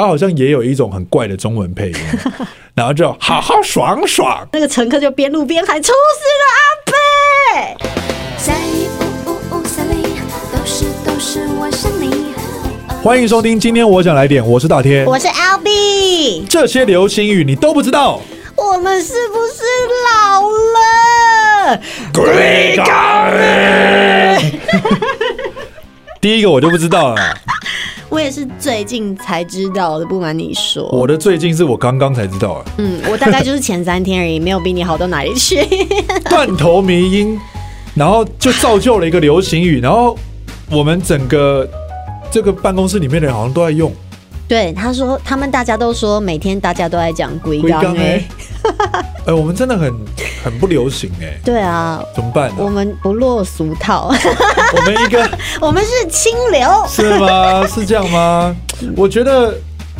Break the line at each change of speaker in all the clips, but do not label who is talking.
它好像也有一种很怪的中文 配音，然后就好好爽爽。
那个乘客就边录边喊：“出事了，阿贝！”
三一五五五三零，都是都是我想你。
欢迎收听，今天我想来点，我是大天。
我是 L B，
这些流行语你都不知道，
我们是不是老了？
鬼咖喱。第一个我就不知道了，
我也是最近才知道的，不瞒你说，
我的最近是我刚刚才知道的，
嗯，我大概就是前三天而已，没有比你好到哪里 去。
断头迷音，然后就造就了一个流行语，然后我们整个这个办公室里面的人好像都在用。
对，他说他们大家都说，每天大家都在讲龟
龟
缸
缸哎
哎，，
哎，我们真的很很不流行哎、
对啊，
怎么办呢、
我们不落俗套，
我们一个。
我们是清流
是吗？是这样吗？我觉得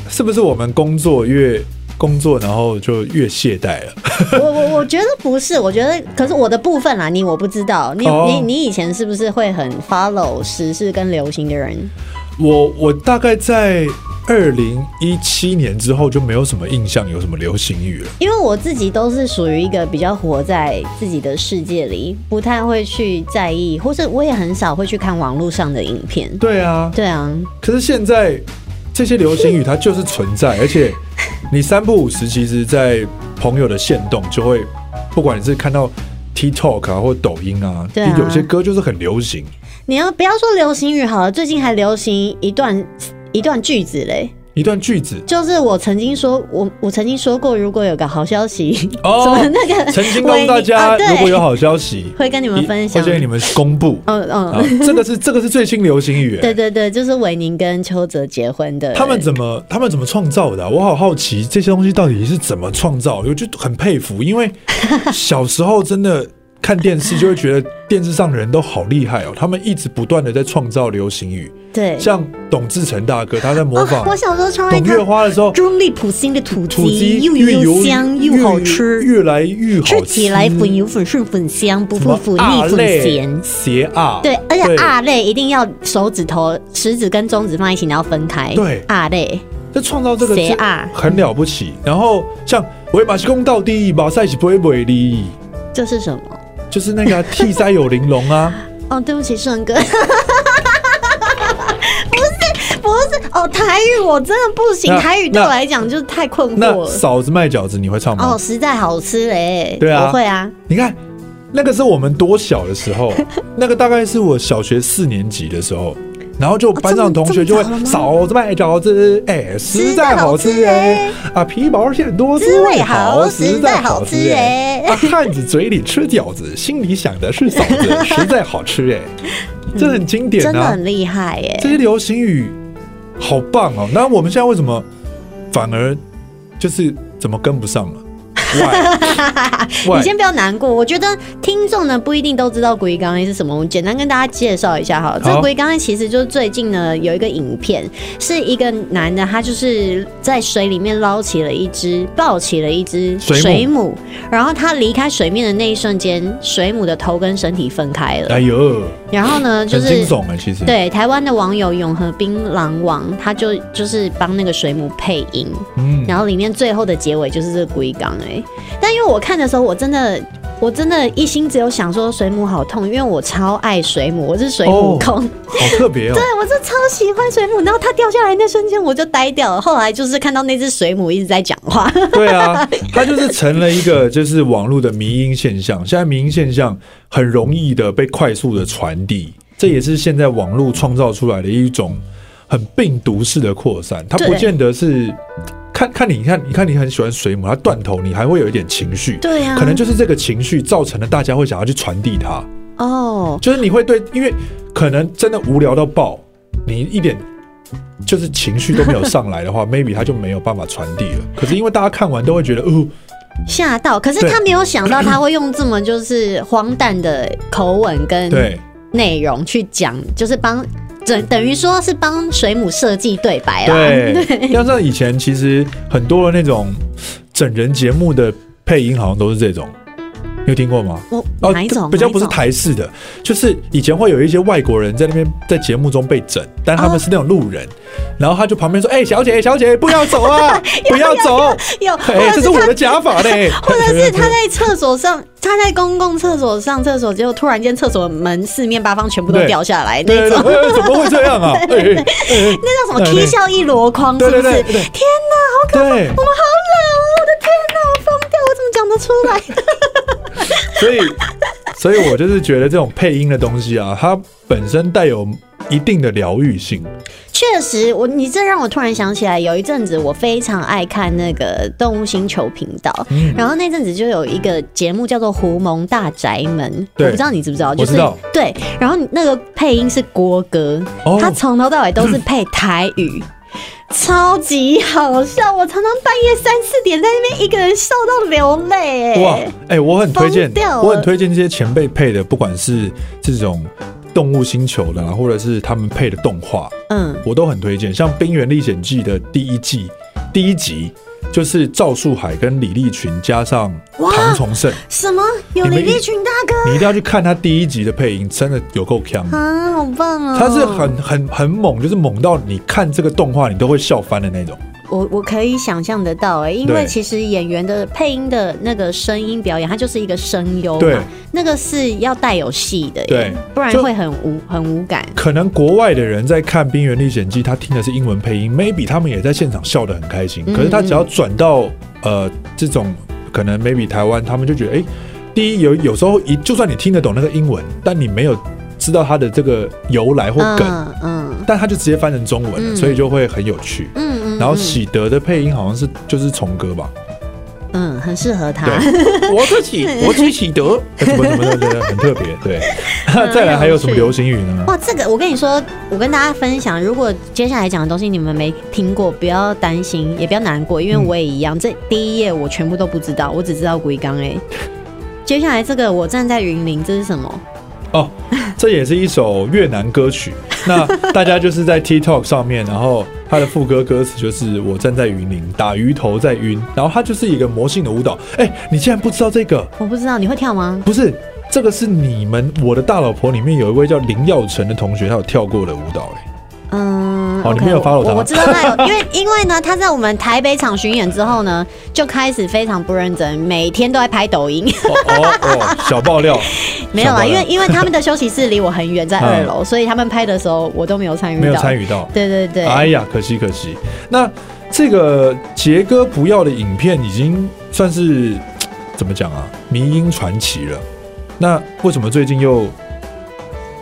是不是我们工作越工作，然后就越懈怠了？
我我我觉得不是，我觉得可是我的部分啊啦，你我不知道，你、
哦
你你以前是不是会很 follow 时事跟流行的人？
我我大概在二零一七年之后就没有什么印象，有什么流行语了。
因为我自己都是属于一个比较活在自己的世界里，不太会去在意，或是我也很少会去看网络上的影片。
对啊，
对啊，
可是现在这些流行语它就是存在，而且你三不五时，其实，在朋友的线动就会，不管你是看到 TikTok 啊或抖音啊，
对啊
有些歌就是很流行。
你要不要说流行语好了？最近还流行一段一段句子嘞，
一段句子
就是我曾经说，我我曾经说过，如果有个好消息，
哦
什么那个
曾经告诉大
维尼
家，
啊对
如果有好消息，
会跟你们分享
会建议你们公布。
嗯嗯，
啊，这个是这个是最新流行语、欸
对对对，就是维宁跟邱泽结婚的。
他们怎么他们怎么创造的啊、我好好奇这些东西到底是怎么创造，我就很佩服，因 为小时候真的看电视就会觉得电视上的人都好厉害哦，他们一直不断的在创造流行语，
对？
像董志成大哥他在模仿
哦我小时候超爱
董
看
月花的时候，
中立普星的土
土鸡
鸡，又
越
又
油
香又好吃，
越来越好
吃
吃，
起来粉油粉顺粉香，不
什
复
么
腐
啊
腻粉
类
咸。
斜啊，
对，而且啊类一定要手指头、食指跟中指放一起，然后分开。
对
啊类，
这创造这个
谁
字
啊
很了不起。然后像维马西公道第一，马赛是不会为利，
这是什么？
就是那个 啊替塞有玲珑啊，
哦，对不起，顺哥。不是不是哦，台语我真的不行，
那
台语对我来讲就是太困惑
那
了。
嫂子卖饺子你会唱吗？
哦，实在好吃嘞！
嗯对啊
我会啊。
你看。那个是我们多小的时 候，那个大概是我小学四年级的时候，然后就班上同学就
这
会
么这么早
嫂子卖饺子，哎、实在好吃哎、啊皮薄馅多滋味好，实在好吃哎、啊汉子嘴里吃饺 子，心里想的是嫂 子，实在好吃哎、这很经典啊，
真的很厉害欸耶！
这些流行语好棒哦！那我们现在为什么反而就是怎么跟不上 了？Why？
你先不要难过，我觉得听众呢不一定都知道鬼刚是什么，我简单跟大家介绍一下好了。
好
这鬼刚其实就是最近呢有一个影片，是一个男的，他就是在水里面捞起了一只，抱起了一只
水母
母，然后他离开水面的那一瞬间，水母的头跟身体分开了，
哎呦，
然后呢就
很惊
是。
悚哎，其实。
对，台湾的网友永和槟榔王，他就就是帮那个水母配音，
嗯，
然后里面最后的结尾就是这个龟缸哎，但因为我看的时候，我真的我真的一心只有想说水母好痛，因为我超爱水母，我是水母控，
好特别哦。
对我是超喜欢水母。然后它掉下来那瞬间，我就呆掉了。后来就是看到那只水母一直在讲 话，
对啊，它就是成了一个就是网络的迷因现象。现在迷因现象很容易的被快速的传递，这也是现在网络创造出来的一种很病毒式的扩散。它不
对
见得是看看你看你看你很喜欢水母，它断头你还会有一点情绪，
对啊
可能就是这个情绪造成了大家会想要去传递它，
哦，
就是你会对，因为可能真的无聊到爆，你一点。就是情绪都没有上来的 话，maybe 它就没有办法传递了。可是因为大家看完都会觉得，哦、
吓到。可是
对
他没有想到他会用这么就是荒诞的口吻跟
对，
内容去讲，就是帮等等于说是帮水母设计对白啦。
对，像像以前其实很多的那种整人节目的配音，好像都是这种，有听过吗？
我
哦
哪一，种？
比较不是
哪一种
台式的，就是以前会有一些外国人在那边在节目中被整，但他
哦
们是那种路人，然后他就旁边说：“哎、小姐，小姐，不要走 啊，不要走，
有，或
哎、这
者是
是我
他
的假发嘞。”
或者是他在厕所 上，他在公共厕所上厕所，结果突然间厕所门四面八方全部都
对
掉下来，
对对对
那种
对，哎怎么会这样 啊？哎哎哎哎
那叫什
对
么 T
对
笑一箩筐，
对
是不
对
是？
对对
天哪，好可，
对，
我们好冷哦！我的天哪，我疯掉，我怎么讲得出来？
所以，所以我就是觉得这种配音的东西啊，它本身带有一定的疗愈性。
确实，我你这让我突然想起来，有一阵子我非常爱看那个动物星球频道，
嗯
然后那阵子就有一个节目叫做《狐獴大宅门》，我
对
不知道你知不知道，
我
就是
知道
对，然后那个配音是郭哥，
哦
他从头到尾都是配台 语。超级好笑！我常常半夜三四点在那边一个人笑到流泪、哎
哇，哎、我很推荐
疯掉，了
我很推荐这些前辈配的，不管是这种动物星球的、啊，或者是他们配的动画，
嗯，
我都很推荐。像《冰原历险记》的第一季第一集，就是赵树海跟李立群加上
哇
唐崇盛，
什么有
你
李
们
立群大
你
哥
一定要去看他第一集的配音，真的有够强。
啊，好棒哦！
他是很很很猛，就是猛到你看这个动画你都会笑翻的那种。
我我可以想象得到哎、因为
对
其实演员的配音的那个声音表演，它就是一个声优
对
嘛，那个是要带有戏的耶，欸
对
不然
就
会很无很无感。
可能国外的人在看《冰原历险记》，他听的是英文配音，maybe 他们也在现场笑得很开心。
嗯
可是他只要转到呃这种可能 maybe 台湾，他们就觉得哎、诶第一有有时候一就算你听得懂那个英文，但你没有知道它的这个由来或梗，
嗯嗯
但他就直接翻成中文了，
嗯
所以就会很有趣。
嗯嗯，
然后
嗯
喜德的配音好像是就是虫哥吧，
嗯很适合他。
对，我是喜我是喜德，什么什么的，很特别。对，再来还有什么流行语呢？
哇，这个我跟你说，我跟大家分享，如果接下来讲的东西你们没听过，不要担心，也不要难过，因为
嗯
我也一样。这第一页我全部都不知道，我只知道龟缸哎。接下来这个我站在云林，这是什么？
哦，这也是一首越南歌曲。那大家就是在 TikTok 上面，然后它的副歌歌词就是“我站在云林，打鱼头在晕”，然后它就是一个魔性的舞蹈。哎，你竟然不知道这个？
我不知道，你会跳吗？
不是，这个是你们《我的大老婆》里面有一位叫林耀成的同学，他有跳过的舞蹈、哎，
嗯，
哦
OK，
你没有 follow
我
他
我知道他有，因 为因为呢，他在我们台北场巡演之后呢，就开始非常不认真，每天都在拍抖音。
哦哦哦，小爆料，
没有
小爆
啦，因
料
为因为他们的休息室离我很远，在二楼，所以他们拍的时候我都没有参与到。
嗯没有参。与到。
对对对。
哎呀，可惜可惜。那这个杰哥不要的影片已经算是怎么讲啊？迷音传奇了。那为什么最近又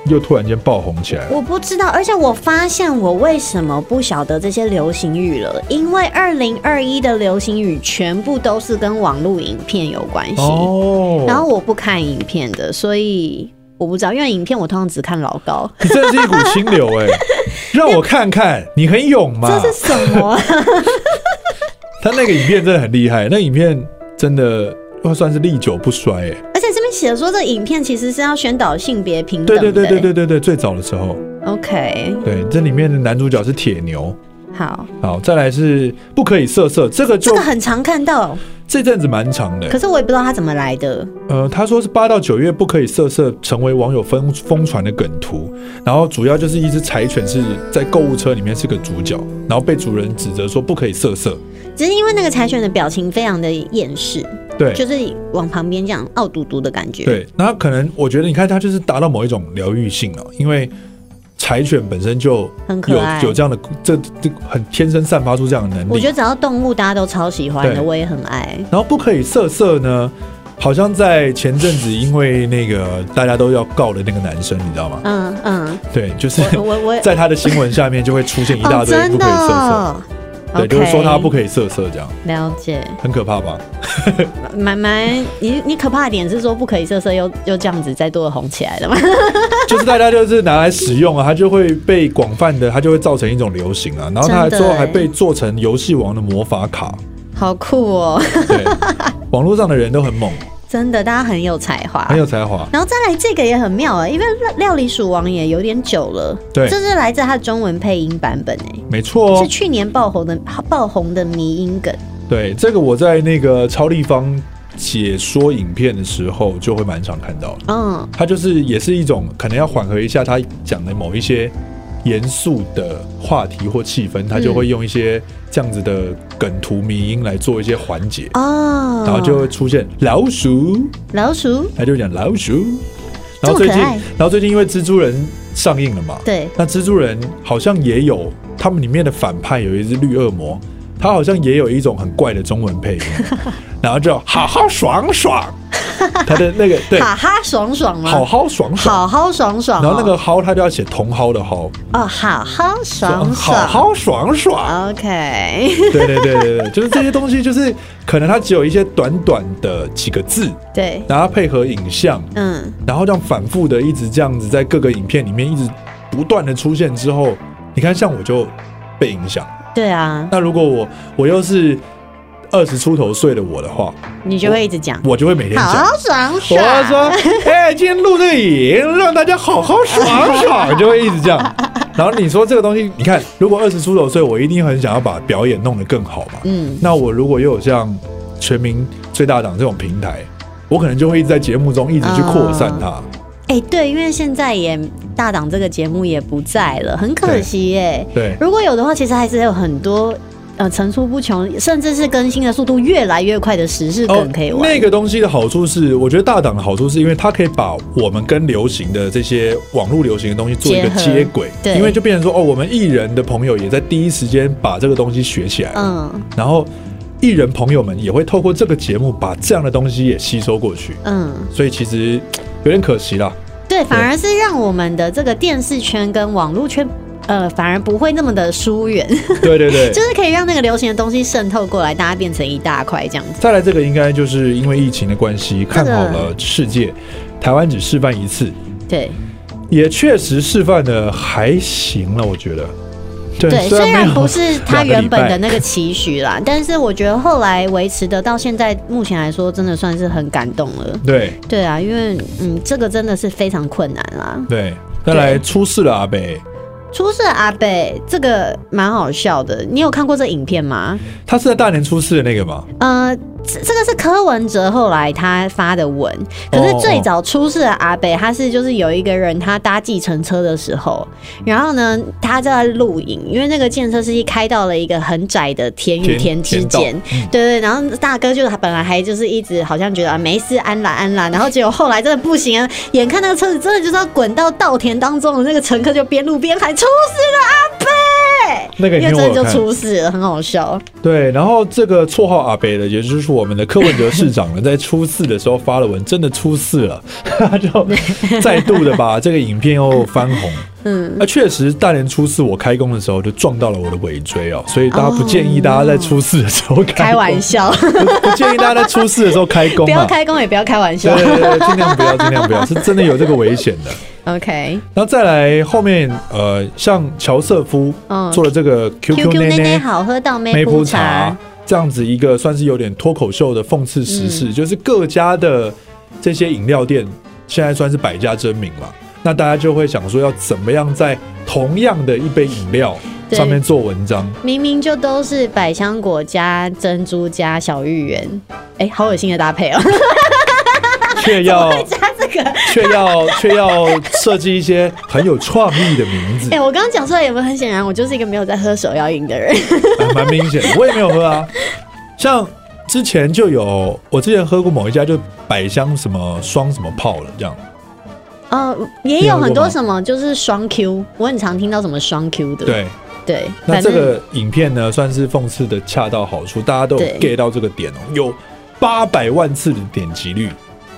又突然间爆红起来了？
我不知道，而且我发现我为什么不晓得这些流行语了，因为二零二一的流行语全部都是跟网络影片有关系，
哦，
然后我不看影片的，所以我不知道，因为影片我通常只看老高，
你真的是一股清流 哎、让我看看，你很勇嘛？
这是什么啊？
他那个影片真的很厉害，那影片真的算是历久不衰哎、
而且这边写的说，这影片其实是要宣导性别平等
对对
的。
对对对对对，最早的时候，
OK，
对，这里面的男主角是铁牛。
好，
好，再来是不可以色色，这个
这
就
个很常看到，
这阵子蛮长的。
可是我也不知道它怎么来的。
呃，他说是八到九月不可以色色，成为网友疯疯传的梗图。然后主要就是一只柴犬是在购物车里面是个主角，然后被主人指责说不可以色色。
只是因为那个柴犬的表情非常的厌世，
对
就是往旁边这样傲嘟嘟的感觉。，
对，那可能我觉得你看他就是达到某一种疗愈性了，因为柴犬本身就
很可
有
爱
有这样的这这很天生散发出这样的能力。
我觉得只要动物，大家都超喜欢的，
对
我也很爱。
然后不可以色色呢，好像在前阵子因为那个大家都要告的那个男生，你知道吗？
嗯嗯，
对，就是
我我我
在他的新闻下面就会出现一大
哦，
堆
真
不
的
可以色色。
哦。
对，就是说他不
OK，
可以色色，这样
了解，
很可怕吧？
蛮蛮，你你可怕的点是说不可以色色又又这样子再多红起来的吗？
就是大家就是拿来使用啊，它就会被广泛的，它就会造成一种流行啊。然后它还
真的
最后
欸
还被做成游戏王的魔法卡，
好酷哦，
对，网络上的人都很猛，
真的，大家很有才华，
很有才华。
然后再来这个也很妙啊、因为《料理鼠王》也有点久了，
对
这是来自它中文配音版本哎、
没错
是
哦，
去年爆红的爆红的迷音梗，
对这个我在那个超立方解说影片的时候，就会蛮常看到的。
嗯，
它就是也是一种可能要缓和一下他讲的某一些严肃的话题或气氛，他就会用一些这样子的梗图迷音来做一些缓解，
哦，
然后就会出现老鼠，
老鼠，
他就讲老鼠。然后最
这么
近，
可爱
然后最近因为蜘蛛人上映了嘛，
对
那蜘蛛人好像也有他们里面的反派有一只绿恶魔，他好像也有一种很怪的中文配 音，然后就好好爽爽，他的那个对，
哈哈爽爽吗？
好好爽爽，
好好爽爽哦，
然后那个蒿，他就要写同蒿的蒿，
哦，好好爽
嗯好
爽，
蒿爽 爽。
OK，
对对对对对，就是这些东西，就是可能它只有一些短短的几个字，
对，
然后配合影像，
嗯，
然后这样反复的一直这样子在各个影片里面一直不断的出现之后，你看像我就被影响。
对啊，
那如果我我又是二十出头岁的我的话，
你就会一直讲，
我就会每天
好
讲。
好爽
我
爽，
要 说，哎、今天录这个影，让大家好好爽爽，就会一直这 样。然后你说这个东西，你看，如果二十出头岁，我一定很想要把表演弄得更好嘛。
嗯，
那我如果又有像全民最大党这种平台，我可能就会一直在节目中一直去扩散它。
哎、对，因为现在也大档这个节目也不在了，很可惜耶。
对
如果有的话，其实还是有很多呃层出不穷，甚至是更新的速度越来越快的时事梗可以玩。
哦那个东西的好处是，我觉得大党的好处是因为它可以把我们跟流行的这些网络流行的东西做一个
结合
接轨，
对
因为就变成说，哦，我们艺人的朋友也在第一时间把这个东西学起来了，
嗯
然后艺人朋友们也会透过这个节目把这样的东西也吸收过去，
嗯，
所以其实有点可惜啦。
对，反而是让我们的这个电视圈跟网络圈。呃，反而不会那么的疏远，
对对对
就，是可以让那个流行的东西渗透过来，大家变成一大块这样子。
再来这个应该就是因为疫情的关系，看好了世界，台湾只示范一次，
对
也确实示范的还行了，我觉得。对
对，虽然 不是
两个
他
礼
原本
拜
的那个期许啦，但是我觉得后来维持的到现在目前来说，真的算是很感动了。
对
对啊，因为嗯，这个真的是非常困难啦。
对，再来
对
出事了阿北，
出事的阿北这个蛮好笑的，你有看过这影片吗？
他是在大年初四的那个嘛？
呃，这这个是柯文哲后来他发的文，可是
哦
最早出事的阿北，他是就是有一个人他搭计程车的时候，然后呢他在录影，因为那个建设司机开到了一个很窄的田与
田
田之
田道嗯
间，对对，然后大哥就是本来还就是一直好像觉得啊没事安啦安啦，然后结果后来真的不行啊，眼看那个车子真的就是要滚到稻田当中了，那个乘客就边录边喊出事了阿北，
那个影
因为
片
真
我
的
有
就
看。
出事了，很好笑。
对，然后这个绰号阿北的，也就是我们的柯文哲市长呢，在初四的时候发了文，真的出事了， 他就再度的 把这个影片又翻红。
嗯，
那确实，大年初四我开工的时候就撞到了我的尾椎哦，所以大家不建议大家在初四的时候开
哦开
工
玩，笑，
不不建议大家在初四的时候开工
不要
啊。
开工也不要开玩
对
笑。
对对，尽量不要，尽量不要，是真的有这个危险 的。
OK，
然后再来后面，呃，像乔瑟夫
嗯
做了这个 QQ
奶
奶
奶
奶
好喝到
梅
没
普
普
茶
茶，
这样子一个算是有点脱口秀的讽刺时事，就是各家的这些饮料店现在算是百家争鸣嘛，那大家就会想说要怎么样在同样的一杯饮料
对
上面做文 章，
明明就都是百香果加珍珠加小芋圆，哎、好恶心的搭配哦、
却要
加这个，哎、
却要却要设计一些很有创意的名字，
哎我刚刚讲出来有没有很显然，我就是一个没有在喝手摇饮的人。
还蛮明显的。我也没有喝啊，像之前就有，我之前喝过某一家就百香什么双什么泡了这样。
呃，也
你有
有
喝
很
过
多
吗
什么就是双 Q，我很常听到什么双 Q 的。
对，
对，
那
反
这
正
个影片呢，算是讽刺的恰到好处，大家都有
对
get 到这个点哦，有八百万次的点击率。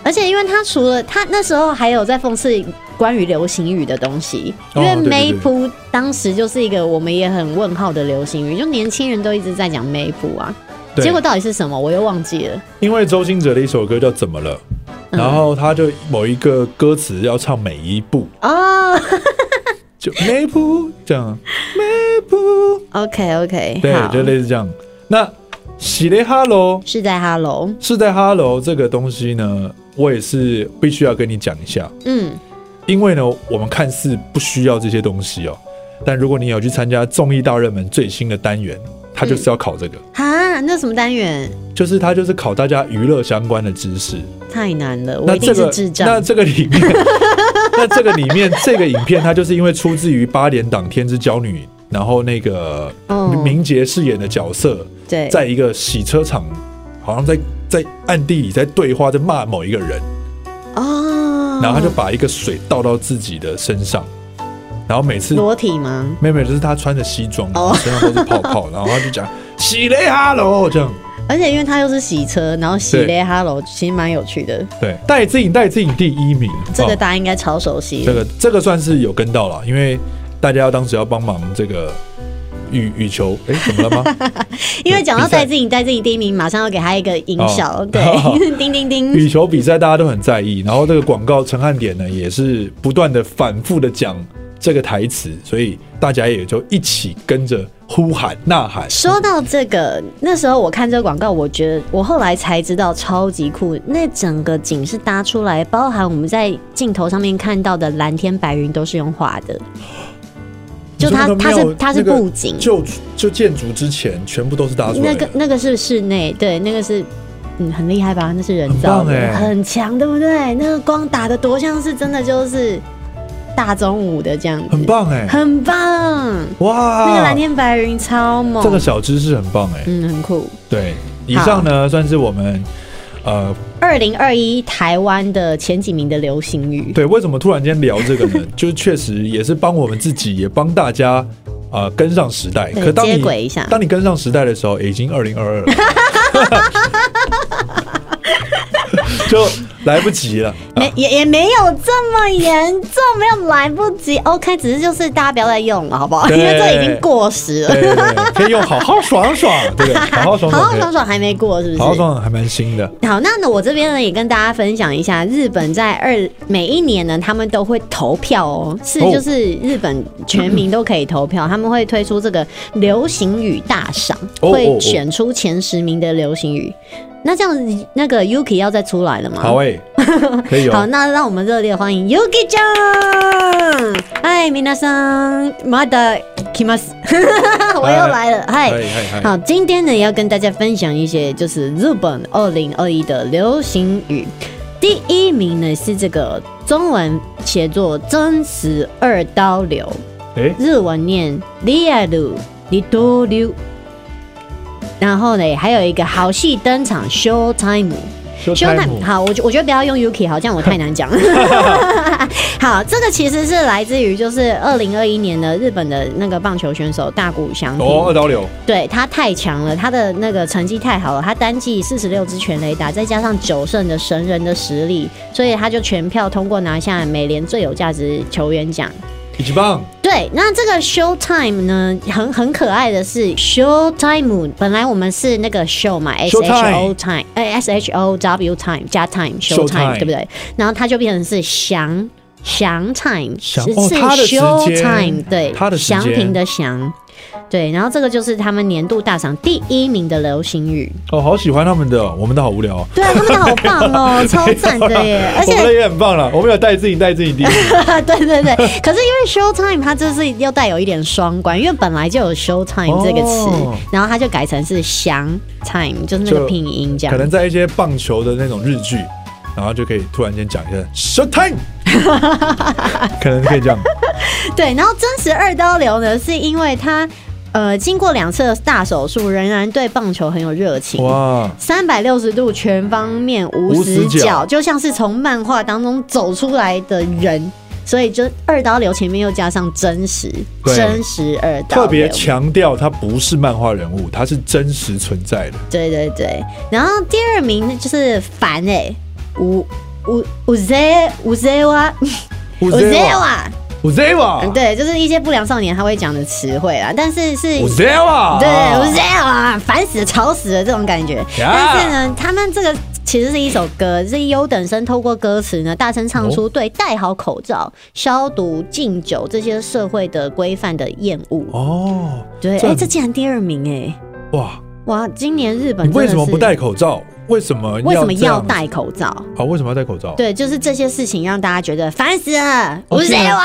而且因为他除了他那时候还有在讽刺关于流行语的东西，
哦
因为
对对对
Maple 当时就是一个我们也很问号的流行语，就年轻人都一直在讲 Maple 啊，
对
结果到底是什么我又忘 记了。
因为周兴哲的一首歌叫《怎么了》，
嗯
然后他就某一个歌词要唱每一步，
哦、
就每步这样，每步，
o k OK，
对，
好
就，类似这样。那喜雷哈喽
是在 Hello，
是在哈喽这个东西呢，我也是必须要跟你讲一下，
嗯，
因为呢，我们看似不需要这些东西哦，但如果你有去参加综艺大热门最新的单元，他就是要考这个，
啊，那什么单元
就是他就是考大家娱乐相关的知识。
太难了，嗯我
那
一定
这
是
个
智
那
障。
这个里面， 那这个里面这个影片，它就是因为出自于八点档《天之娇女》，然后那个
哦
明杰饰演的角色，
对，
在一个洗车场，好像在在暗地里在对话，在骂某一个人，
哦，
然后他就把一个水倒到自己的身上，然后每次
裸体吗？
妹妹就是她穿着西装，然
哦
后身上都是泡泡，然后她就讲洗嘞哈喽这样。
而且因为他又是洗车，然后洗
对
嘞哈喽，其实蛮有趣的。
对，戴志颖，戴志颖第一名，
这个
哦
大家应该超熟悉。
这个这个算是有跟到了，因为大家要当时要帮忙这个羽羽球，哎，怎么了 吗？
因为讲到
比赛
戴志颖，戴志颖第一名，马上要给他一个音效，
哦
对， 叮 叮叮。
羽球比赛大家都很在意，然后这个广告陈汉典呢也是不断的反复的讲这个台词，所以大家也就一起跟着呼喊呐喊。
说到这个，那时候我看这个广告，我觉得我后来才知道超级酷，那整个景是搭出来，包含我们在镜头上面看到的蓝天白云都是用画的，就它
你说
它
那个
是
庙
它是
那个
布景，
就就建筑之前全部都是搭出来
那
的
个。那个是室内，对，那个是。嗯，很厉害吧？那是人造
很棒
的，
欸
很强，对不对？那个光打的多像是真的，就是大中午的这样子，
很，棒哎、
很棒。
哇！
那个蓝天白云超猛，
啊这个小知识很棒哎、
嗯，很酷。
对，以上呢算是我们呃
二零二一台湾的前几名的流行语，
对，为什么突然间聊这个 呢？就是确实也是帮我们自己，也帮大家呃跟上时代。
对
可当
接轨一
你
下
当你跟上时代的时候，已经二零二 二了，就来不及了。
没也也没有这么严重，没有来不及。OK，只是就是大家不要再用了，好不 好？因
对
为这已经过时了
对。对 对，可以用好好爽爽，对不对？好好爽
好
爽
好
可以，
爽爽还没过，是不是？
好好爽爽还蛮新的。
好，那呢，我这边呢也跟大家分享一下，日本在二每一年呢，他们都会投票哦，是
哦
就是日本全民都可以投票，他们会推出这个流行语大赏，
哦哦
会
哦
选出前十名的流行语。那这样子，那个 Yuki 要再出来了吗？
好哎 诶、可以
好，
哦。
那让我们热烈欢迎 Yuki 酱。嗨，皆さん、また来ます。 我又来了，
嗨
嗨。
嗨嗨！
好，今天呢也要跟大家分享一些就是日本二零二一的流行语。第一名呢是这个中文写作“真实二刀流
哎”，，
日文念 “real 二刀流”。然后呢，还有一个好戏登场 “show time”。
修
修
泰
泰
姆，
好，我觉我觉得不要用 Yuki，好，这样我太难讲。 好，这个其实是来自于就是二零二一年的日本的那个棒球选手大谷翔平，
哦，二刀流，
对他太强了，他的那个成绩太好了，他单季四十六支全垒打，再加上九胜的神人的实力，所以他就全票通过拿下美联最有价值球员奖。
一级棒，
对，那这个 show time 呢，很很可爱的是 show time，本来我们是那个 show 嘛，s h o
Showtime
time，哎，s h o w time 加 time show time，
Showtime
对不对？然后它就变成是翔翔 time，
翔
是
哦
是
它的时
show
间
time，对
它，的时
翔
间
平的翔。对，然后这个就是他们年度大赏第一名的流 行语，
哦，好喜欢他们的哦，我们的好无聊、哦。
对他们好棒 哦，超赞的耶！而且
我们的也很棒了，我们有带自己带自己第一名，
对对 对，可是因为 show time 它就是要带有一点双关，因为本来就有 show time 这个词，
哦
然后它就改成是翔 time，就是那个
就
拼音这
可能
样。
在一些棒球的那种日剧，然后就可以突然间讲一下 show time，可能可以这样。
对，然后真实二刀流呢，是因为他呃经过两次的大手术，仍然对棒球很有热情。
哇，
三百六十度全方面无
无
死
死角
角，就像是从漫画当中走出来的人，所以就二刀流前面又加上真实，
对
真实二刀流，
特别强调他不是漫画人物，他是真实存在的。
对对对，然后第二名就是烦哎、欸，五五五 Z 五 Z 哇五 Z 哇，
u z e w a
嗯对，就是一些不良少年他会讲的词汇啦，但是是
u z e w a
对五 Z 哇，烦死了，吵死了这种感觉。
呀
但是呢，他们这个其实是一首歌，是优等生透过歌词呢，大声唱
哦
出对戴好口罩、消毒、敬酒这些社会的规范的厌恶。
哦，
对，
这
哎，这竟然第二名哎、
哇，
哇，今年日本
你为
真的
什么
是
不戴口罩？为什么
为什么
这
要
样子？
戴口罩？
啊，为什么要戴口罩？，
对，就是这些事情让大家觉得烦死了，
哦
无谁
是
哇！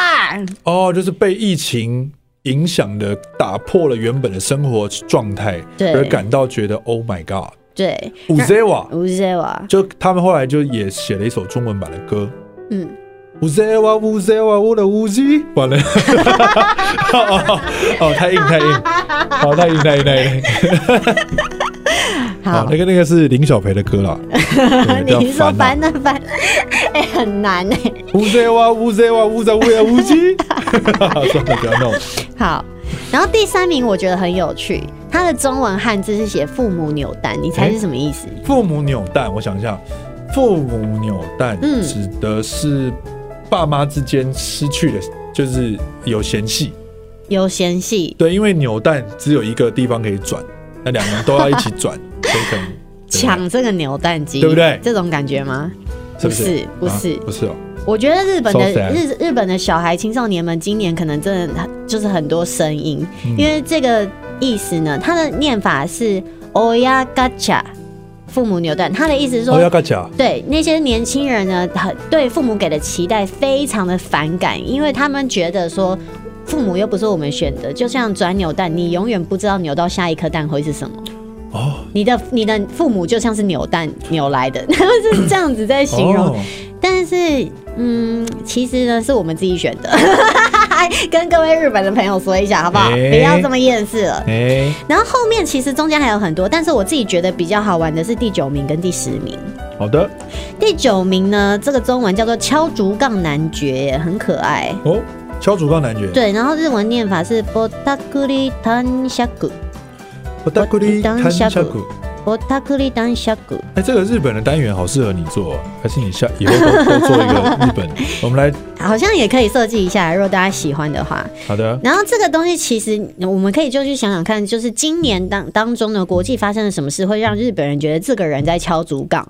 哦，就是被疫情影响了、打破了原本的生活状态，
对
而感到觉得 Oh my God，
对，
u z e w a
吴谢瓦，
就他们后来就也写了一首中文版的歌。
嗯，
乌贼哇，乌贼哇，我的乌鸡，完了， 哦哦哦，太硬太硬，好太硬太硬太硬，
好
那，个那个是林小培的歌啦， 对
你
叫
说
烦啊恼
烦呢烦， 哎、很难哎、
乌贼哇，乌贼哇，乌贼乌呀乌鸡， 算了不要弄，
好，然后第三名我觉得很有趣，它的中文汉字是写“父母扭蛋”，你
哎
猜是什么意思？
父母扭蛋，我想一下，父母扭蛋
嗯
指的是爸妈之间失去的，就是有嫌隙，
有嫌隙，
对，因为扭蛋只有一个地方可以转，那两个人都要一起转，所以可能对
抢这个扭蛋机，
对不对
这种感觉吗？
是不是
是？不
啊
是
不是哦。
我觉得日本的
So sad
日日本的小孩青少年们今年可能真的很就是很多声音，
嗯
因为这个意思呢，它的念法是 “oya gacha”，父母扭蛋，它的意思是说
哦，要干啥？
对那些年轻人呢，很对父母给的期待非常的反感，因为他们觉得说。父母又不是我们选的，就像转扭蛋，你永远不知道扭到下一颗蛋会是什么。
哦，
你的你的父母就像是扭蛋扭来的， 他们是这样子在形容。
哦
但是，嗯，其实呢是我们自己选的， 跟各位日本的朋友说一下好不好？
哎
不要这么厌世了。
哎、
然后后面其实中间还有很多，但是我自己觉得比较好玩的是第九名跟第十名。
好的
第九名呢，这个中文叫做敲竹杠男爵耶，很可爱。
哦，敲竹杠男爵，
对，然后日文念法是 botakuri tan shaku
我大咕哩
当
看
下
下
鼓
鼓。
botakuri tan shaku。
哎、这个日本的单元好适合你做、哦，还是你下以后都都做一个日本？我们来，
好像也可以设计一下，如果大家喜欢的话。
好的，
然后这个东西其实我们可以就去想想看，就是今年当当中呢，国际发生了什么事，会让日本人觉得这个人在敲竹杠，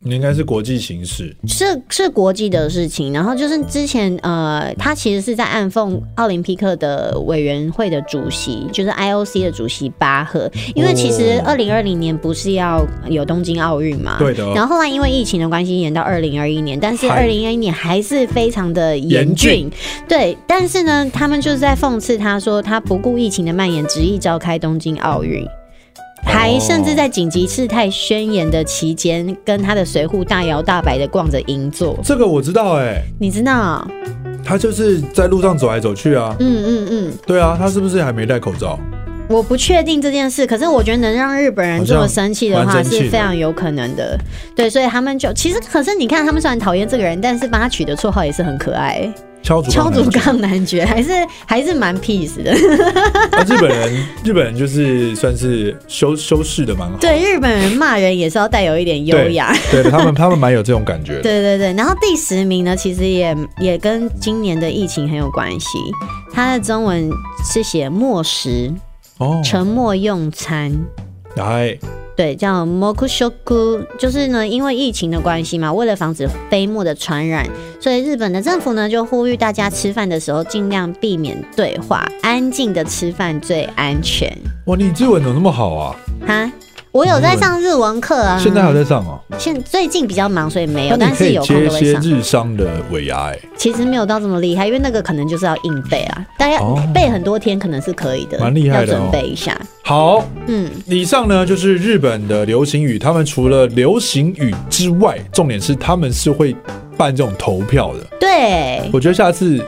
你应该是国际形势，
是是国际的事情。然后就是之前呃，他其实是在暗讽奥林匹克的委员会的主席，就是 IOC 的主席巴赫，因为其实
哦
二零二零年不是要有东京奥运嘛，
对的哦
然后后来因为疫情的关系延到二零二一年，但是
嗨
二零二一年还是非常的
严
严
峻
峻。对，但是呢，他们就是在讽刺他说他不顾疫情的蔓延，执意召开东京奥运。还甚至在紧急事态宣言的期间，跟他的随扈大摇大摆的逛着银座，
这个我知道、
你知道？
哎，他就是在路上走来走去啊，
嗯嗯嗯，
对啊，他是不是还没戴口罩？
我不确定这件事，可是我觉得能让日本人这
好
么
像
生气的
蛮
话
生气的
是非常有可能的。对，所以他们就其实，可是你看，他们虽然讨厌这个人，但是帮他取的绰号也是很可爱，
敲竹
敲
杠男
竹
爵，
杠男爵，还是还是蛮 peace 的。
啊日本人， 日本人就是算是修修饰的蛮好，
对，日本人骂人也是要带有一点优
对
雅。
对他们他们蛮有这种感觉的，
对对对，然后第十名呢，其实也也跟今年的疫情很有关系。它的中文是写“默食”，
哦，
沉默用餐，
哎，
对，叫 mokushoku，就是呢，因为疫情的关系嘛，为了防止飞沫的传染，所以日本的政府呢就呼吁大家吃饭的时候尽量避免对话，安静的吃饭最安全。
哇，你日文怎么那么好啊？
哈，我有在上日文课啊，
现在还在上哦、
现最近比较忙，所以没有，
那
但
你可
是
以
有空
接
都
一些
会上。
日商的尾牙、哎，
其实没有到这么厉害，因为那个可能就是要硬背啊，大概
哦
背很多天可能是可以的，
蛮厉害的哦
要准备一下。
好，
嗯，
以上呢就是日本的流行语，他们除了流行语之外，重点是他们是会办这种投票的。
对，
我觉得下次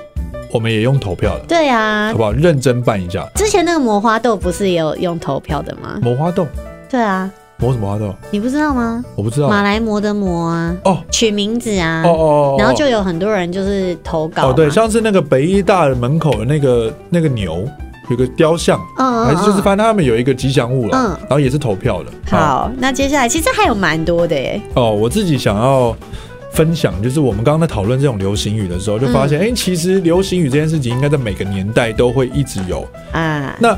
我们也用投票的，
对啊
好，不好？认真办一下。
之前那个磨花豆不是也有用投票的吗？
磨花豆，
对啊，
磨什么花豆？
你不知道吗？
我不知道。
马
哦
来貘的貘啊，
哦
取名字啊，
哦哦，哦
然后就有很多人就是投稿嘛，
哦，对，上次那个北医大门口的那个那个牛，有个雕像，
嗯，嗯
还是就是
嗯
反正他们有一个吉祥物了，
嗯
然后也是投票的。
好，那接下来其实还有蛮多的耶，
哦，我自己想要分享，就是我们刚刚在讨论这种流行语的时候，就发
嗯
现，哎、其实流行语这件事情应该在每个年代都会一直有。
啊，
那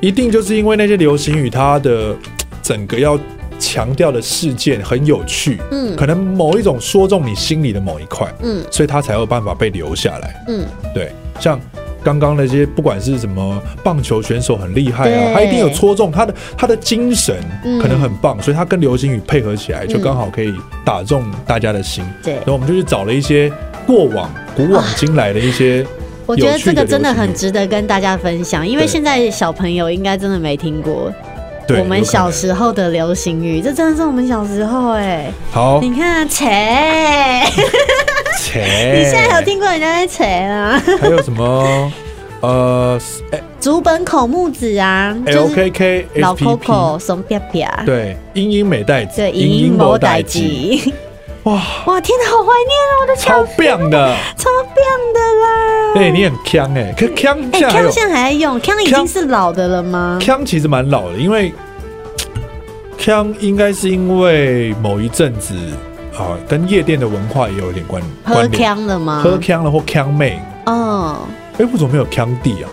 一定就是因为那些流行语，它的嘖整个要强调的事件很有趣，
嗯
可能某一种说中你心里的某一块，
嗯
所以它才有办法被留下来。
嗯，
对，像。刚刚那些不管是什么棒球选手很厉害啊，
对
他一定有戳中他的他的精神
嗯
可能很棒，所以他跟流行语配合起来，就
嗯
刚好可以打中大家的心。
对
然，后我们就去找了一些过往古往今来的一些
我觉得这个真的很
有趣
值得跟大家分享，因为
对
现在小朋友应该真的没听过
对
我们
有可
小
能
时候的流行语，这真的是我们小时候哎、
好，
你看啊，
哎
切，
切，
你现在有听过人家在切啊？
还有什么？呃哎
竹本口木子啊，就是
，LKK
老
SPP，
Coco 怂啪啪，
对，英英美代子，
哎对，银银某代
基，
机，
哇，
哇，天哪，好怀念哦，我的超
超棒的，
超棒的啦！
哎，你很强哎，可强
哎
现在还有
，Kang 现在还在用，Kang 已经是老的了吗？
腔其实蛮老的，因为腔应该是因为某一阵子啊，跟夜店的文化也有一点关
喝啊
关联，
Kang 了吗？
喝腔了或腔妹。
哦，
哎、我怎么没有腔弟啊？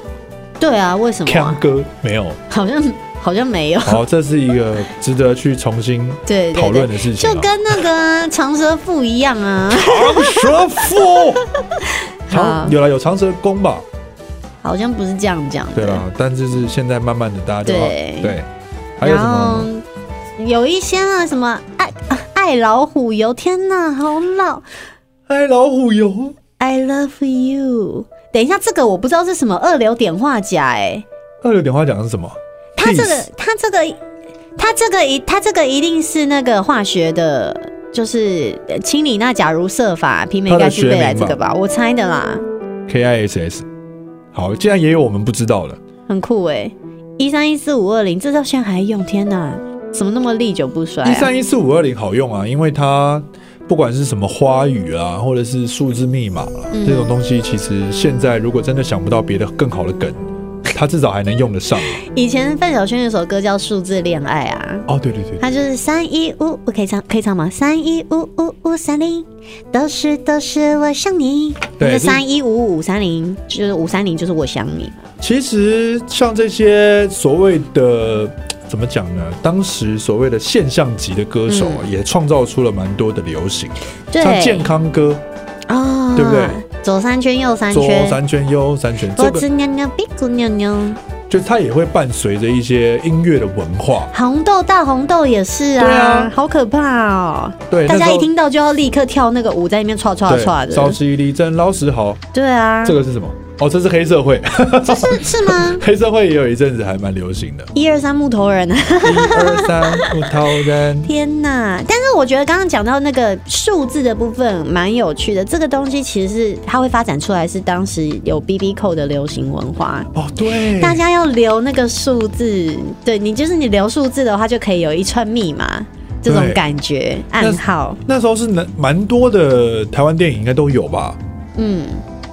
对啊，为什么
腔
啊？
哥没有。
好像好像没有，
好，这是一个值得去重新
对
讨
对
论
对。
的事情、
就
啊。
跟那个长舌妇一样啊，
长舌 妇，
好
长有了有长舌公吧？
好像不是这样讲
对啊
的。
啦，但就是现在慢慢的大家就好
对
对，还有
然
什
后
么？
有一些啊，什么爱 啊爱老虎油，天哪，好老
哎，老虎油，
！I love you。等一下，这个我不知道是什么二流碘化钾哎、
二六点话讲的是什么？
它这
Peace
个，它这个，它这个一，它这个一定是那个化学的，就是呃氢里钠钾如瑟法媲美
它的
钙聚
学
贝莱
名
这个
吧
吧，我猜的啦，
K I S S。好，竟然也有我们不知道的，
很酷哎、一三一四五二零，这到现在还用，天哪，怎么那么历久不衰、
一
啊？
三一四五二零好用啊，因为它不管是什么花语啊，或者是数字密码啊、
嗯
这种东西，其实现在如果真的想不到别的更好的梗，它至少还能用得上。
以前范晓萱有首歌叫《数字恋爱》啊，
哦，对对对，
它就是三一五五，可以唱可以唱吗？三一五五五三零，都是都是我想你。
对
那
这
三一五五三零就是五三零，就是我想你。
其实像这些所谓的怎么讲呢？当时所谓的现象级的歌手啊，也创造出了蛮多的流行，
嗯对，
像健康歌，
啊，
对不对？
左三圈，右三
左
圈，
三圈右三圈，这
脖
个
子扭扭，屁股扭扭。
就是它也会伴随着一些音乐的文化。
红豆大红豆也是啊，
对啊
好可怕哦！
对，
大
那
家
时候
一听到就要立刻跳那个舞，在那边唰唰唰
对，稍
的。
息立正，老实好，
对啊，
这个是什么？哦，这是黑社会， ？
这是是吗
黑社会也有一阵子还蛮流行 的。
一二三木头人啊！
一二三，不掏人。
天呐！但是我觉得刚刚讲到那个数字的部分蛮有趣的，这个东西其实是它会发展出来，是当时有 B B 扣的流行文化。
哦，对，
大家要留那个数字，对你就是你留数字的话，就可以有一串密码这种
对
感觉暗号。
那时候是蛮蛮多的台湾电影应该都有吧？
嗯，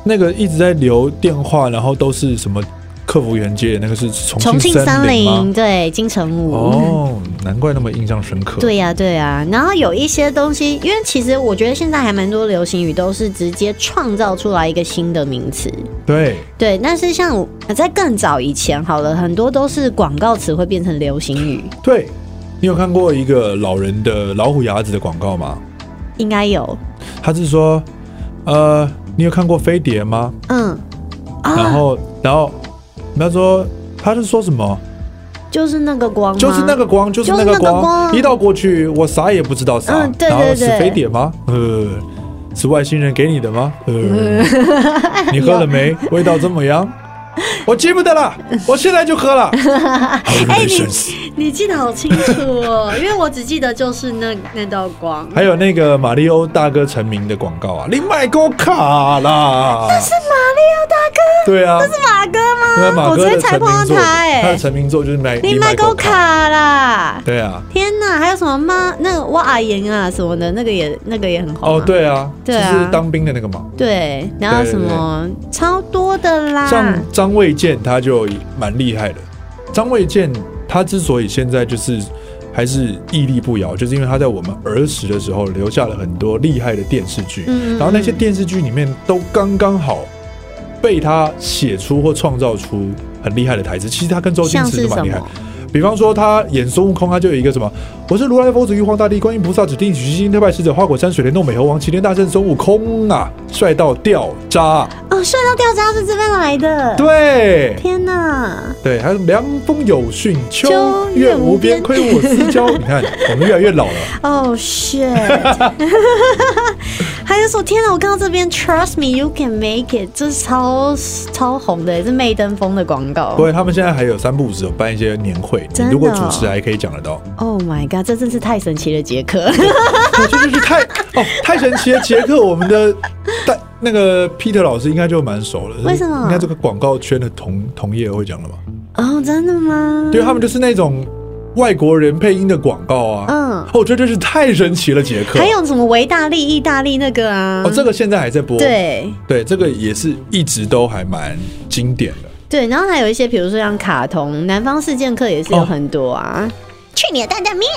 那个一直在留电话，然后都是什么客服员接的那个是重
重庆
森
森
林吗
林？对金城武。
哦，难怪那么印象深刻。，
对呀、对呀、然后有一些东西，因为其实我觉得现在还蛮多流行语都是直接创造出来一个新的名词，
对
对。但是像我呃在更早以前，好了，很多都是广告词会变成流行语，
对，你有看过一个老人的老虎牙子的广告吗？
应该有，
他是说，呃，你有看过飞碟吗？
嗯，
然后，然后他说，他是说什么？
就是那个光吗，
就是那个光，嗯就是那个
就是那个光
光，一到过去，我啥也不知道啥。
嗯对
然后
对
是
对
飞碟吗？呃，是外星人给你的吗？ 呃，你喝了没？味道怎么样？我记不得了，我现在就喝 了。哎
你你记得好清楚哦，因为我只记得就是那那道光。
还有那个马里欧大哥成名的广告啊，你买给我卡啦！那是马里欧大哥。对啊，那是
马哥吗？
马哥
我昨
的
天才
成名
碰到
作，
他哎、
他的成名作就是买
你
买
麦
给
勾
我卡。
卡啦！
对啊，
天哪，还有什么妈那个哇阿言啊什么的，那个也那个也很红、
哦，，对啊，
对啊
就是当兵的那个嘛。
对，然后
对对
什么超多的啦
像，张卫健他就蛮厉害的。张卫健他之所以现在就是还是屹立不摇，就是因为他在我们儿时的时候留下了很多厉害的电视剧，
嗯嗯
然后那些电视剧里面都刚刚好被他写出或创造出很厉害的台词。其实他跟周星
像
驰
是
都蛮
什
厉害
么。？
比方说，他演孙悟空，他就有一个什么，我是如来佛祖、玉皇大帝、观音菩萨指定取经特派使者、花果山水帘洞、美猴王、齐天大圣孙悟空啊，帅到掉渣。
哦，帅到掉渣是这边来的。
对
天哪！
对，还有凉风有讯，秋
秋
月
月
无
无
边，
边
亏我思交。你 看，我们越来越老了。
哦、shit！还有什么？天哪！我看到这边，Trust me, you can make it，这是超超红的，是媚登峰的广告
不。过他们现在还有三不五时有办一些年会，你
真的
如果
哦
主持还可以讲得到。哦
Oh my god！这真是太神奇了，杰克。
我觉得就是太哦太神奇了，杰克，我们的但那个 Peter 老师应该就蛮熟了。
为什么
应该这个广告圈的同同业会讲了吧？
哦、真的吗？
对，他啊们就是那种外国人配音的广告啊。
嗯
哦，我觉得真是太神奇了，杰克。
还有什么维大利、意大利那个啊？
哦，这个现在还在播。
对
对，这个也是一直都还蛮经典的。
对，然后还有一些，比如说像卡通《南方四剑客》也是
哦
有很多啊。去你的担担面，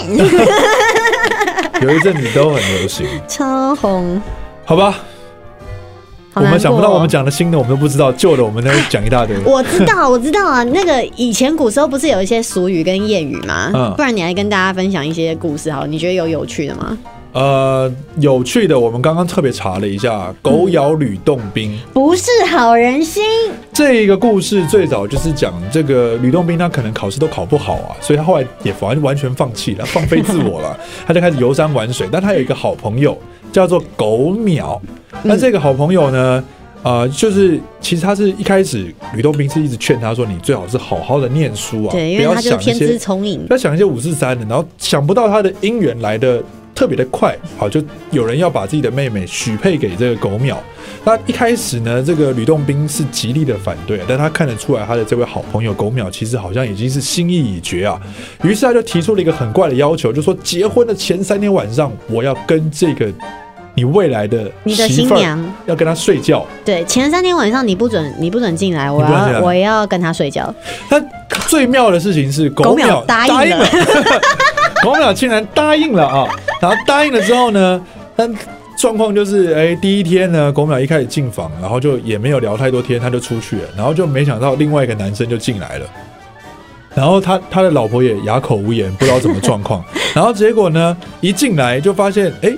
有一阵子都很流行，
超红。
好吧？我
好
们
难
想不到
过哦
我们讲的新的我们都不知道，旧的我们都讲一大 堆。
我知 道，我知道啊。那个以前古时候不是有一些俗语跟谚语吗？
嗯
不然你来跟大家分享一些故事好了？你觉得有有趣的吗？
呃，有趣的，我们刚刚特别查了一下，狗咬吕洞宾、
不是好人心，
这一个故事，最早就是讲这个吕洞宾，他可能考试都考不好啊，所以他后来也完完全放弃了，放飞自我 了，他就开始游山玩水。但他有一个好朋友叫做狗淼，
嗯
那这个好朋友呢？呃，就是其实他是一开始吕洞宾是一直劝他说，你最好是好好的念书啊，
对，因
不要
为他就是
想一
天
些
资聪 颖
不。要想一些五四三的，然后想不到他的姻缘来的特别的快，好，就有人要把自己的妹妹许配给这个狗淼。那一开始呢，这个吕洞宾是极力的反对，但他看得出来他的这位好朋友狗淼其实好像已经是心意已决啊，于是他就提出了一个很怪的要求，就说结婚的前三天晚上，我要跟这个你未来的
你的
媳
新
妇儿
娘，
要跟她睡觉。
对，前三天晚上你不准，你不准进来，我
你不准进来
要我要跟他睡觉。
他最妙的事情是狗
狗秒
秒
答应
应了， 狗秒竟然答应了啊！然后答应了之后呢，但状况就是，哎，第一天呢，狗秒一开始进房，然后就也没有聊太多天，他就出去了，然后就没想到另外一个男生就进来了。然后他他的老婆也哑口无言，不知道怎么状 况。然后结果呢，一进来就发现，哎，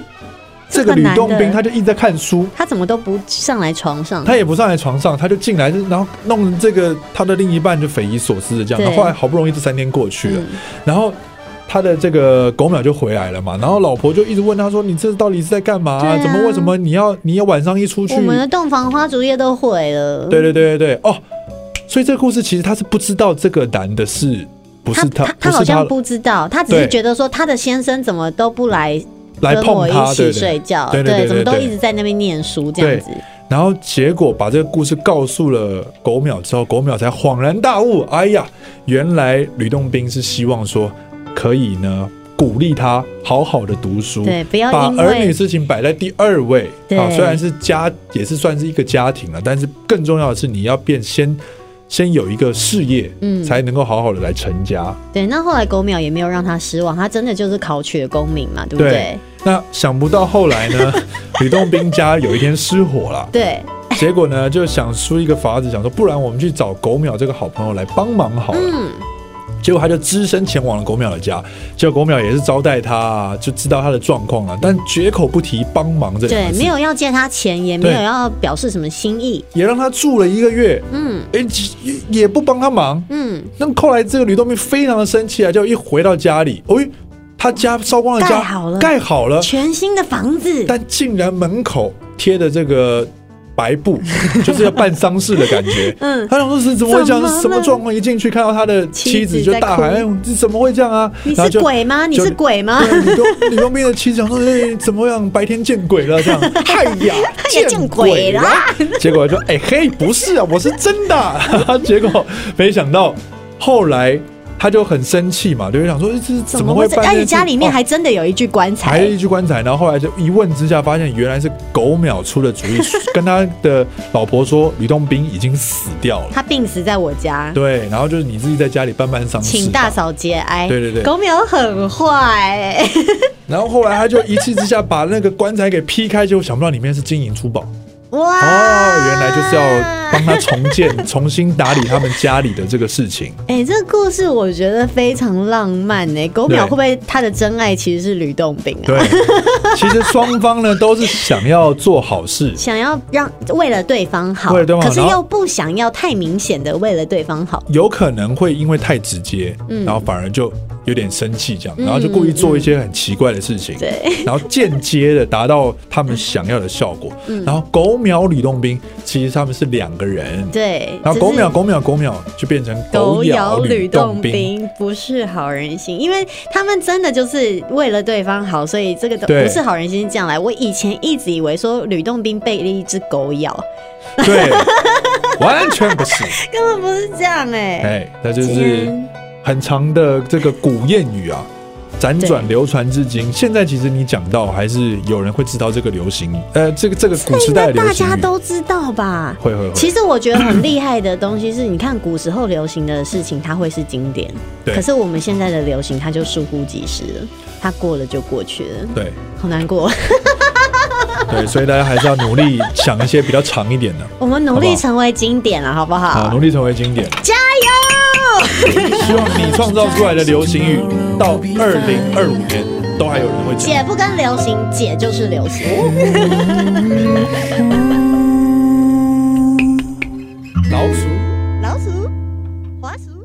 这个
这个
吕
男的
洞宾他就一直在看书，
他怎么都不上来床上？
他也不上来床上，他就进来，然后弄这个他的另一半就匪夷所思的这样。
对
然后后来好不容易这三天过去了，
嗯
然后他的这个狗秒就回来了嘛，然后老婆就一直问他说：“你这到底是在干嘛、
对啊
怎么为什么你要你要晚上一出去
我？”们的洞房花烛夜都毁了。
对对对对对，哦，所以这个故事其实他是不知道这个男的是不是他，
他他
不
好
是他
像不知道，他只
对
是觉得说他的先生怎么都不来
来
跟
碰
我
他，对
一
不
起
对
睡？觉，
对对对
怎么
对
都
对
一直在那边念书这样子。
然后结果把这个故事告诉了狗秒之后，狗秒才恍然大悟，哎呀，原来吕洞宾是希望说可以呢鼓励他好好的读书，
对，不要
把
因
儿女
为
事情摆在第二位
对
啊。虽然是家，也是算是一个家庭了，但是更重要的是你要变先先有一个事业，
嗯
才能够好好的来成家。
对。那后来狗秒也没有让他失望，他真的就是考取了功名嘛，对不对？
那想不到后来呢， 吕洞宾家有一天失火了，
对，
结果呢，就想出一个法子，想说不然我们去找狗淼这个好朋友来帮忙好了。
嗯，
结果他就只身前往了狗淼的家，结果狗淼也是招待他啊，就知道他的状况了，但绝口不提帮忙这两
对
个，字，
没有要借他钱，也没
对
有要表示什么心意。
也让他住了一个月，
嗯
哎、也也不帮他忙。
嗯，
那后来这个吕洞宾非常的生气啊，就一回到家里，哦，他家烧光了家，
盖好了
盖好了，
全新的房子，
呃但竟然门口贴的这个白布， 就是要办丧事的感觉。
嗯
他想说是怎么会这
怎么
样？
了
什么状况？一进去看到他的妻子
妻子
就
在
大喊：“
哭
哎，你怎么会这样啊？”
你
然后
是
就
鬼啊吗？你
就是
鬼吗？
对啊吕洞吕洞宾的妻子想说：“哎，怎么样？白天见鬼了这样？ 哎呀，
也见鬼
了！”结果就哎嘿，不是啊，我是真的啊。 结果没想到后来他就很生气嘛，就是想说哎这是怎
怎么
么
会
会
这？
办这件事？
而且家里面
哦
还真的有一具棺
还
材
是，一具棺材，然后后来就一问之下，发现原来是狗秒出的主 意，跟他的老婆说吕洞宾已经死掉了，
他病死在我家。
对，然后就是你自己在家里办办丧事吧，
请大嫂节哀。
对对对
狗秒很坏、欸，
然后后来他就一气之下把那个棺材给劈开，结果想不到里面是金银珠宝，
哇！
哦，原来就是要帮他重 建、重新打理他们家里的这个事情。
哎、这个故事我觉得非常浪漫哎、狗
对
秒会不会他的真爱其实是吕洞宾啊？
对，其实双方呢都是想要做好事，
想要让为了对方好，
为了对方好
可是
然后
又不想要太明显的为了对方好。
有可能会因为太直接，
嗯
然后反而就有点生气这样，然后就故意做一些很奇怪的事
嗯
情，
对，
然后间接的达到他们想要的效果。
嗯
然后狗秒吕洞宾，其实他们是两个人。
对，
然后
就
狗
是
秒狗秒狗秒就变成
狗咬
咬
吕
洞
洞。宾不是好人心，因为他们真的就是为了对方好，所以这个都
对
不是好人心是这样来。我以前一直以为说吕洞宾被一只狗咬，
对，完全不 是。
根本不是这样哎、
哎，那就
今
是
天
很长的这个古谚语啊，辗转流传至今。现在其实你讲到，还是有人会知道这个流行语，呃，这个这个古时代的
应该
流
大
行
家
语，
都知道吧？
会会
其
会，
实我觉得很厉害的东西是，你看古时候流行的事情，它会是经典。
对
可是我们现在的流行，它就疏忽即逝了，它过了就过去了，
对
好难过。
对，所以大家还是要努力想一些比较长一点的，
我们努
好不
力
好
成为经典了，好不好？
好，努力成为经典。
加油！
希望你创造出来的流行语，到二零二五年都还有人会讲。
姐不跟流行，姐就是流行。
老鼠。
老鼠，滑鼠。